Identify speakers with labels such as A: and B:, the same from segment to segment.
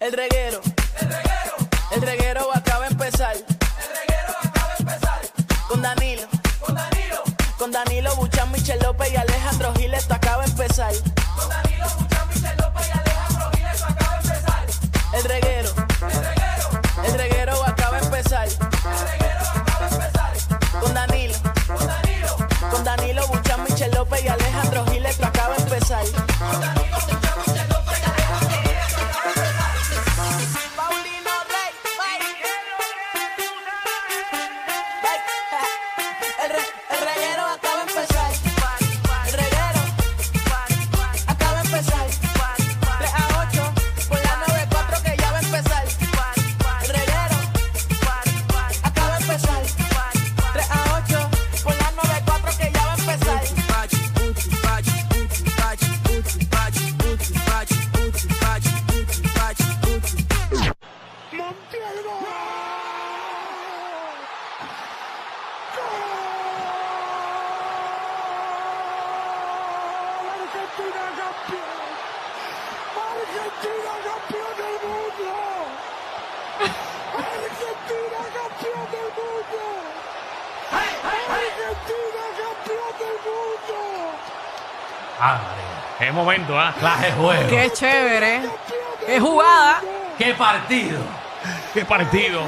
A: El reguero. El reguero. El reguero acaba de empezar. El reguero acaba de empezar. Con Danilo. Con Danilo. Con Danilo Buchan, Michel López y Alejandro Gil, esto acaba de empezar. Con Danilo Buchan, Michel López y Alejandro Gil, esto acaba de empezar. El reguero. El reguero. El reguero acaba de empezar. El reguero acaba de empezar. Con Danilo. Con Danilo. Con Danilo Buchan, Michel López y Alejandro Gil, esto acaba de empezar. Paulino Rey, El, re- el reguero acaba de empezar. El reguero acaba de empezar. 3 a 8 por la 94 que ya va a empezar. El reguero acaba de empezar. 3 a 8 por la 94 que ya va a empezar.
B: Argentina campeón. Argentina campeón del mundo. Argentina campeón del mundo. Argentina campeón del mundo.
C: Ah, María. qué momento, ¿ah? Clase de juego. ¿Qué?
D: Qué chévere. Qué jugada.
C: partido! ¡Qué partido!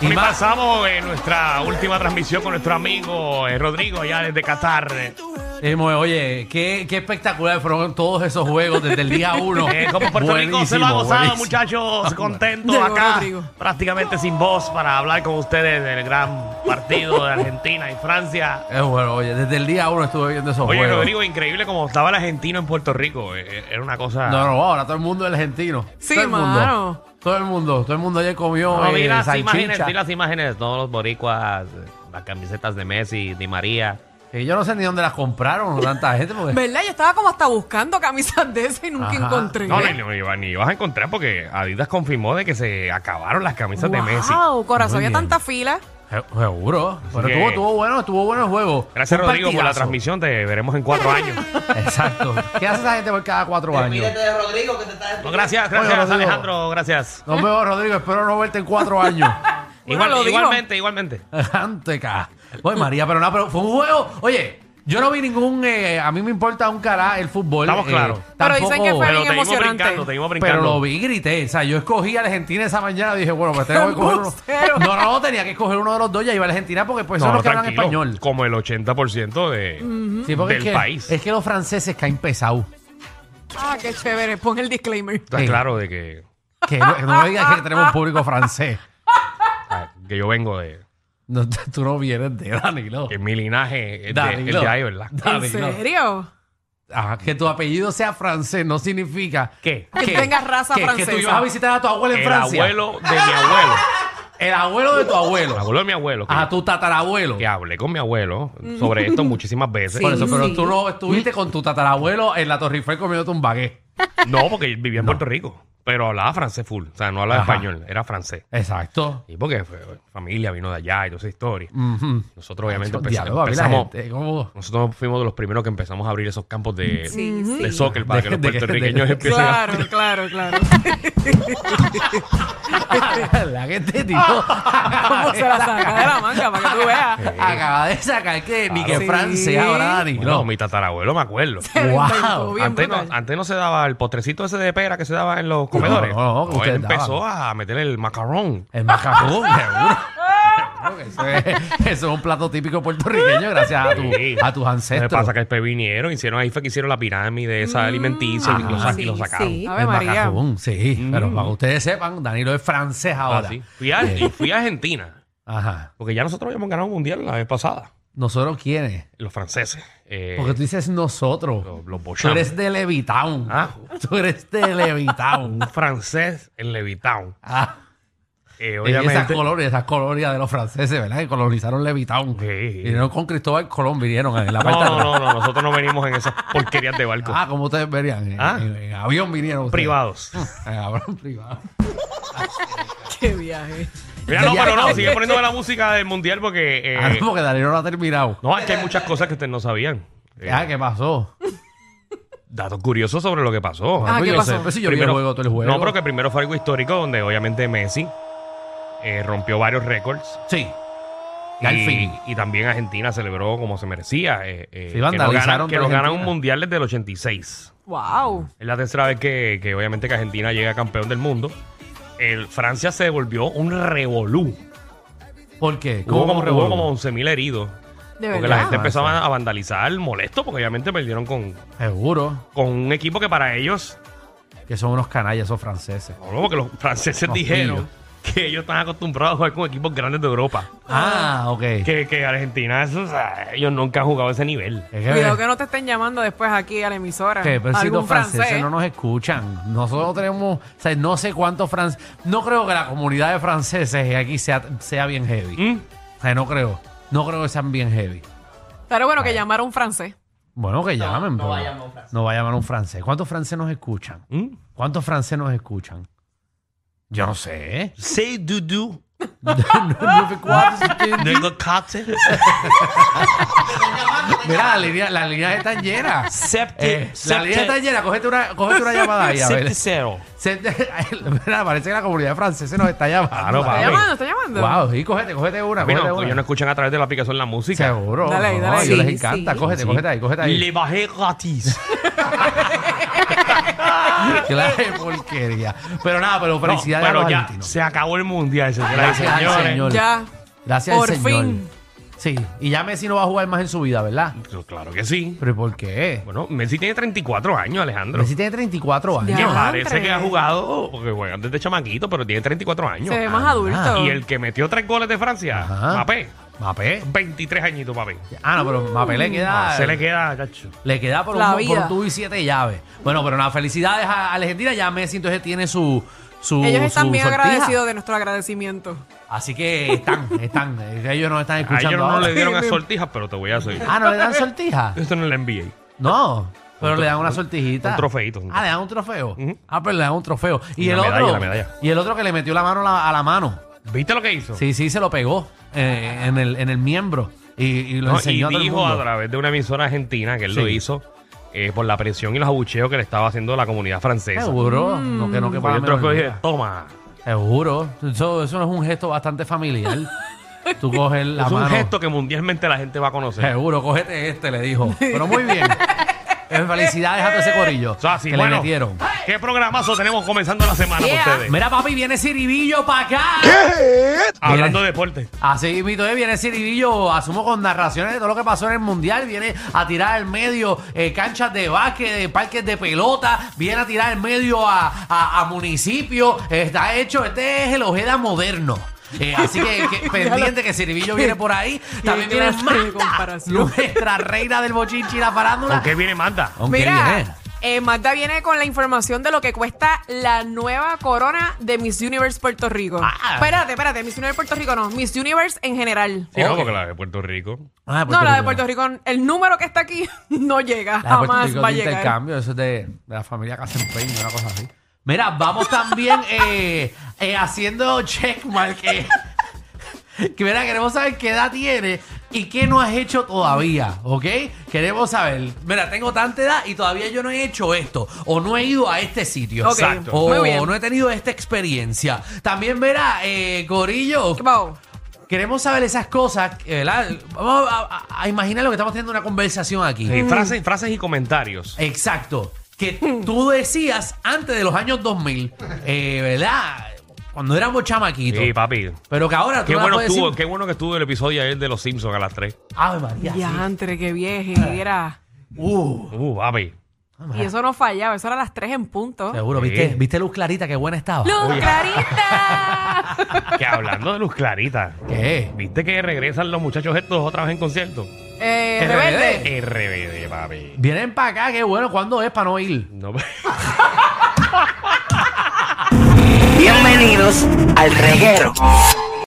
C: Y pasamos en nuestra última transmisión con nuestro amigo eh, Rodrigo, allá desde Qatar. Eh,
E: Eh, mo- oye, qué, qué espectacular fueron todos esos juegos desde el día uno.
C: Eh, como Puerto Rico se lo ha
E: Buenísimo,
C: gozado,
E: buenísimo.
C: muchachos, contentos
D: Llegó
C: acá,
D: Rodrigo.
C: prácticamente sin voz, para hablar con ustedes del gran partido de Argentina y Francia.
E: Eh, bueno, oye, desde el día uno estuve viendo esos
C: Oye,
E: juegos.
C: Rodrigo, increíble como estaba el argentino en Puerto Rico. eh, Era una cosa.
E: No, no, ahora todo el mundo es argentino.
D: Sí,
E: todo el mundo.
D: mano.
E: Todo el mundo, todo el mundo ayer comió
C: No, vi
E: eh,
C: las imágenes,
E: salchicha.
C: vi las imágenes de todos los boricuas, eh, las camisetas de Messi, Di María.
E: Y yo no sé ni dónde las compraron tanta gente porque
D: ¿Verdad? Yo estaba como hasta buscando camisas de esas y nunca
E: Ajá.
D: encontré.
C: No, ni, ni- ni- ni vas a encontrar porque Adidas confirmó de que se acabaron las camisas de Messi.
D: Wow, corazón,
E: Muy
D: había
E: bien.
D: tanta fila.
E: Se- seguro. Pero
C: que-
E: estuvo, estuvo bueno, estuvo bueno el juego.
C: Gracias,
E: Un
C: Rodrigo, por la
E: partidazo.
C: transmisión. Te veremos en cuatro años.
E: Exacto. ¿Qué hace esa gente por cada cuatro años?
C: No, gracias,
E: Bueno,
C: gracias,
E: Rodrigo.
C: Alejandro. Gracias.
E: Nos vemos, Rodrigo. Espero no verte en cuatro años.
D: Bueno,
C: Igual-
D: lo digo.
C: igualmente, igualmente.
E: Anteca. Oye, María, pero no, pero fue un juego. Oye, yo no vi ningún. eh, a mí me importa un cará el fútbol.
C: Estamos
E: eh,
C: claros.
D: Pero dicen que fue
C: Pero
D: bien
C: te vimos
D: emocionante.
C: brincando, te vimos brincando.
E: Pero lo vi y grité. O sea, yo escogí a Argentina esa mañana y dije, bueno, pues tengo que coger uno.
D: Embustero.
E: No, no, tenía que escoger uno de los dos y iba a Argentina porque pues son los que hablan
C: tranquilo,
E: español. Mm.
C: Como el 80% de.
E: Sí, porque
C: del
E: es que,
C: país.
E: Es que los franceses caen pesados.
D: Ah, qué chévere. Pon el disclaimer.
C: Está
E: Sí.
C: claro de que,
E: Que no, que no me digas que tenemos un público francés.
C: ah, que yo vengo de.
E: No, tú no vienes de Danilo.
C: que mi linaje es de,
E: Danilo.
C: es de ahí, ¿verdad?
D: ¿En
E: Danilo.
D: serio?
E: Ajá, Ah, que tu apellido sea francés no significa
C: ¿Qué?
D: Que tengas raza
E: que- Que tú
D: francesa.
E: ibas a visitar a tu abuelo en
C: El
E: Francia.
C: abuelo de mi abuelo.
E: El abuelo de tu abuelo.
C: El abuelo de mi abuelo. Que,
E: A tu tatarabuelo.
C: que hablé con mi abuelo
E: Mm.
C: sobre esto muchísimas veces.
E: Por eso, pero
D: sí.
E: tú no estuviste con tu tatarabuelo en la Torre Eiffel comiéndote un bagué.
C: No, porque vivía en Puerto Rico. Pero hablaba francés full. O sea, no hablaba
E: Ajá.
C: español, era francés.
E: Exacto.
C: Y porque fue- familia vino de allá y toda esa historia.
E: Ujú.
C: Nosotros obviamente
E: Eso,
C: empeza-
E: diablo, había la
C: empezamos...
E: gente, ¿cómo?
C: Nosotros fuimos de los primeros que empezamos a abrir esos campos de,
D: Sí,
C: de
D: sí.
C: soccer para
E: De-
C: que los
E: de- de-
C: puertorriqueños empiecen a...
D: Claro, claro, claro.
E: la que este tío ¿Cómo
D: se la saca de la manga para que tú veas.
E: Acaba de sacar que ni que
D: Sí.
E: Fran sea ahora Danilo.
C: Bueno, mi tatarabuelo, me acuerdo.
D: Se lo
E: Wow.
D: inventó, bien
C: Antes no,
D: brutal.
C: antes no se daba el postrecito ese de pera que se daba en los comedores.
E: no, no, que
C: él
E: ustedes
C: empezó a meter el macarrón.
E: El macarrón, seguro. Seguro que Eso es, eso es un plato típico puertorriqueño gracias a, tu-
C: Sí.
E: a tus
C: ¿Qué
E: ancestros.
C: pasa? Que después vinieron, hicieron ahí fue que hicieron la pirámide
D: Mm,
C: esa alimenticia y lo, sa- y lo
F: sí,
C: sacaron.
F: sí.
D: Ave
E: el
D: María.
E: macarrón, sí. Pero para que ustedes sepan, Danilo es francés
C: Mm. Ah,
E: ahora.
C: sí. Fui, a, y fui a Argentina,
E: Ajá.
C: porque ya nosotros habíamos ganado un mundial la vez pasada.
E: ¿Nosotros quiénes?
C: Los franceses. eh,
E: Porque tú dices nosotros.
C: los, los
E: Tú
C: Beauchamp.
E: eres de Levitown.
C: Ah.
E: Tú eres de Levitown.
C: Un francés en Levitown.
E: ah.
C: Eh,
E: Y esas
C: obviamente.
E: colonias, esas colonias de los franceses, ¿verdad? Que colonizaron Levitown.
C: Sí.
E: Vinieron con Cristóbal Colón, vinieron en
C: No,
E: la parte
C: no, no, no, nosotros no venimos en esas porquerías de barco.
E: Ah, como ustedes verían. En,
C: Ah.
E: en- en avión vinieron ustedes.
C: privados.
E: En avión privado.
D: Qué viaje.
C: Mira, no, pero no, sigue poniéndome la música del mundial porque. eh,
E: Ah, no, porque Danilo no ha terminado.
C: no, es que hay muchas cosas que ustedes no sabían. Eh,
E: Ah, ¿qué pasó?
C: datos curiosos sobre lo que pasó.
D: Ah,
E: Pues
D: ¿qué
E: yo
D: pasó?
E: sé, pues si yo vi el juego, todo el juego.
C: No, pero que primero fue algo histórico donde obviamente Messi eh, rompió varios récords.
E: Sí.
C: Y,
E: Al fin.
C: y también Argentina celebró como se merecía. eh, eh,
E: Sí,
C: que no gana,
E: vandalizaron
C: que
E: de
C: no gana un
E: Argentina.
C: mundial desde el 86.
D: Wow.
C: Es la tercera vez que, que obviamente que Argentina llega campeón del mundo. El, Francia se volvió un revolú.
E: ¿Por qué?
C: Hubo como,
E: revolú?
C: hubo como 11.000 heridos.
D: De
C: Porque
D: verdad.
C: la gente
E: Ah,
C: empezó
E: sí.
C: a, a vandalizar, molesto, porque obviamente perdieron con,
E: Seguro
C: con un equipo que para ellos,
E: que son unos canallas esos franceses.
C: no, porque los franceses
E: Los
C: dijeron que ellos están acostumbrados a jugar con equipos grandes de Europa.
E: Ah, ok.
C: Que, que Argentina, eso, o sea, ellos nunca han jugado a ese nivel.
E: Es que-
D: Cuidado que no te estén llamando después aquí a la emisora.
E: Eh. que, pero si
D: Algún
E: los franceses
D: francés.
E: no nos escuchan. Nosotros tenemos, o sea, no sé cuántos franceses. No creo que la comunidad de franceses aquí sea, sea bien heavy.
C: ¿Mm?
E: O sea, no creo. No creo que sean bien heavy.
D: Pero bueno, que llamara un francés.
E: Bueno, que llamen, no, va a llamar un francés. No va a llamar un francés. ¿Cuántos franceses nos escuchan?
C: ¿Mm?
E: ¿Cuántos franceses nos escuchan? Yo no sé.
C: Say do do.
E: Mira, las líneas la línea están llenas. Eh, la línea está llena, cógete una, cógete una llamada ahí, a ver. Septe- Mira, parece que la comunidad francesa nos está llamando.
C: Claro,
D: ¿Está
C: papi.
D: llamando? ¿Está llamando?
E: Wow, sí, cógete, cógete una,
C: Mira,
E: cógete
C: pues
E: una.
C: ellos no escuchan a través de la aplicación la música.
E: Seguro.
D: Dale ahí,
E: no,
D: dale
E: a
D: ahí.
E: ellos les
F: Sí,
E: encanta.
F: sí.
E: Cógete, cógete ahí, cógete ahí.
C: Le bajé gratis.
E: Claro, qué porquería. Pero nada, pero
C: No,
E: felicidades a
C: pero
E: los
C: ya
E: argentinos.
C: se acabó el mundial, señoras y
E: Gracias al
C: señores.
E: Señor.
D: Ya.
E: Gracias
D: Por
E: al Señor.
D: fin.
E: Sí, y ya Messi no va a jugar más en su vida, ¿verdad?
C: Pues Claro que sí.
E: ¿Pero ¿y por qué?
C: Bueno, Messi tiene 34 años, Alejandro.
E: Messi tiene 34 años.
C: Que
D: Ya,
C: parece
D: hombre.
C: que ha jugado, porque juega desde chamaquito, pero tiene 34 años.
D: Se ve más adulto.
C: Y el que metió tres goles de Francia,
E: Ajá.
C: Mbappé,
E: Mapé.
C: 23 añitos, papi.
E: Ah, no, pero Mapé le queda.
C: Se le queda, chacho.
E: Le queda por,
D: La
E: un,
D: vida.
E: por un tubo y siete llaves. Bueno, pero nada, felicidades a Argentina. Ya Messi entonces tiene su. su
D: Ellos están
E: su
D: bien
E: sortija.
D: agradecidos de nuestro agradecimiento.
E: Así que están, están. eh, Ellos nos están
C: A
E: escuchando.
C: ellos no
E: ahora.
C: le dieron a sortijas, pero te voy a decir.
E: Ah, no le dan sortija.
C: Esto no es la NBA.
E: No, pero le dan una sortijita.
C: un trofeito, un
E: Ah, le dan un trofeo.
C: Ujú.
E: Ah, pero le dan un trofeo. Y,
C: Y
E: el
C: la medalla,
E: otro.
C: la medalla.
E: Y el otro que le metió la mano a la- a la mano.
C: ¿Viste lo que hizo?
E: Sí, sí, se lo pegó eh, en, el, en el miembro. Y, y lo
C: No, y
E: enseñó a todo el
C: dijo
E: mundo.
C: a través de una emisora argentina que él
E: Sí.
C: lo hizo eh, por la presión y los abucheos que le estaba haciendo la comunidad francesa.
E: Seguro. No, que no, que
C: Pues
E: para
C: yo creo que
E: menos
C: dije,
E: nada.
C: toma.
E: Seguro. Eso, eso no es un gesto bastante familiar. Tú coges la
C: es un
E: mano.
C: gesto que mundialmente la gente va a conocer.
E: Seguro, cógete este, le dijo. Pero muy bien. Eh, Felicidades a todo ese corillo
C: Eso es así,
E: que
C: bueno,
E: le metieron.
C: ¿Qué programazo tenemos comenzando la semana con ustedes?
E: Mira, papi, viene Ciribillo para acá.
C: Hablando
E: Mira.
C: de deporte.
E: Así mismo eh, viene Ciribillo, asumo con narraciones de todo lo que pasó en el Mundial, viene a tirar al medio eh, canchas de básquet, de parques de pelota, viene a tirar al medio a, a- a municipios, está hecho, este es el Ojeda moderno. Eh, así que, que pendiente que Ciribillo viene por ahí, también
D: qué
E: viene
D: clase de
E: Magda,
D: comparación.
E: nuestra reina del bochinchi y la farándula.
C: ¿Con qué viene Manda?
E: Aunque viene.
D: Mira, eh, Magda viene con la información de lo que cuesta la nueva corona de Miss Universe Puerto Rico.
E: Ah.
D: Espérate, espérate, Miss Universe Puerto Rico no, Miss Universe en general. Oh.
C: Sí, no,
E: Ok.
C: porque la de Puerto Rico.
E: Ah,
D: No, la de Puerto Rico, el número que está aquí no
E: La
D: llega,
E: de Puerto
D: jamás
E: Rico
D: va a
E: de
D: llegar.
E: intercambio, eso es de, de la familia Casempeño, una cosa así. Mira, vamos también eh, eh, haciendo checkmark. eh, que mira, queremos saber qué edad tiene ¿Y qué no has hecho todavía? ¿Ok? Queremos saber. Mira, tengo tanta edad y todavía yo no he hecho esto. O no he ido a este sitio.
D: Ok,
C: Exacto.
E: O
D: muy bien.
E: no he tenido esta experiencia. También, mira, eh, Corillo,
D: ¿Qué pasó?
E: queremos saber esas cosas, eh, ¿verdad? Vamos a, a- a imaginar lo que estamos teniendo una conversación aquí.
C: Sí, frases, frases y comentarios.
E: Exacto. Que tú decías antes de los años 2000, eh, ¿verdad? Cuando éramos chamaquitos.
C: Sí, papi.
E: pero que ahora tú
C: Qué
E: la
C: bueno,
E: puedes
C: estuvo,
E: decir.
C: qué bueno que estuvo el episodio ayer de Los Simpsons a las 3.
E: Ave María. sí. Ah,
D: Diantre, qué vieja era.
E: Uh,
C: Uh, papi.
D: Y eso no fallaba, eso era a las 3 en punto.
E: seguro.
C: Sí.
E: ¿Viste, ¿Viste Luz Clarita? Qué buena estaba.
D: ¡Luz
C: Oye.
D: Clarita!
C: Que hablando de Luz Clarita.
E: ¿Qué?
C: ¿Viste que regresan los muchachos estos otra vez en concierto?
D: eh,
E: ¿Qué
D: rebelde.
E: rebelde?
C: RBD, papi.
E: Vienen para acá, qué bueno. ¿Cuándo es para no ir?
C: No,
F: Bienvenidos al reguero.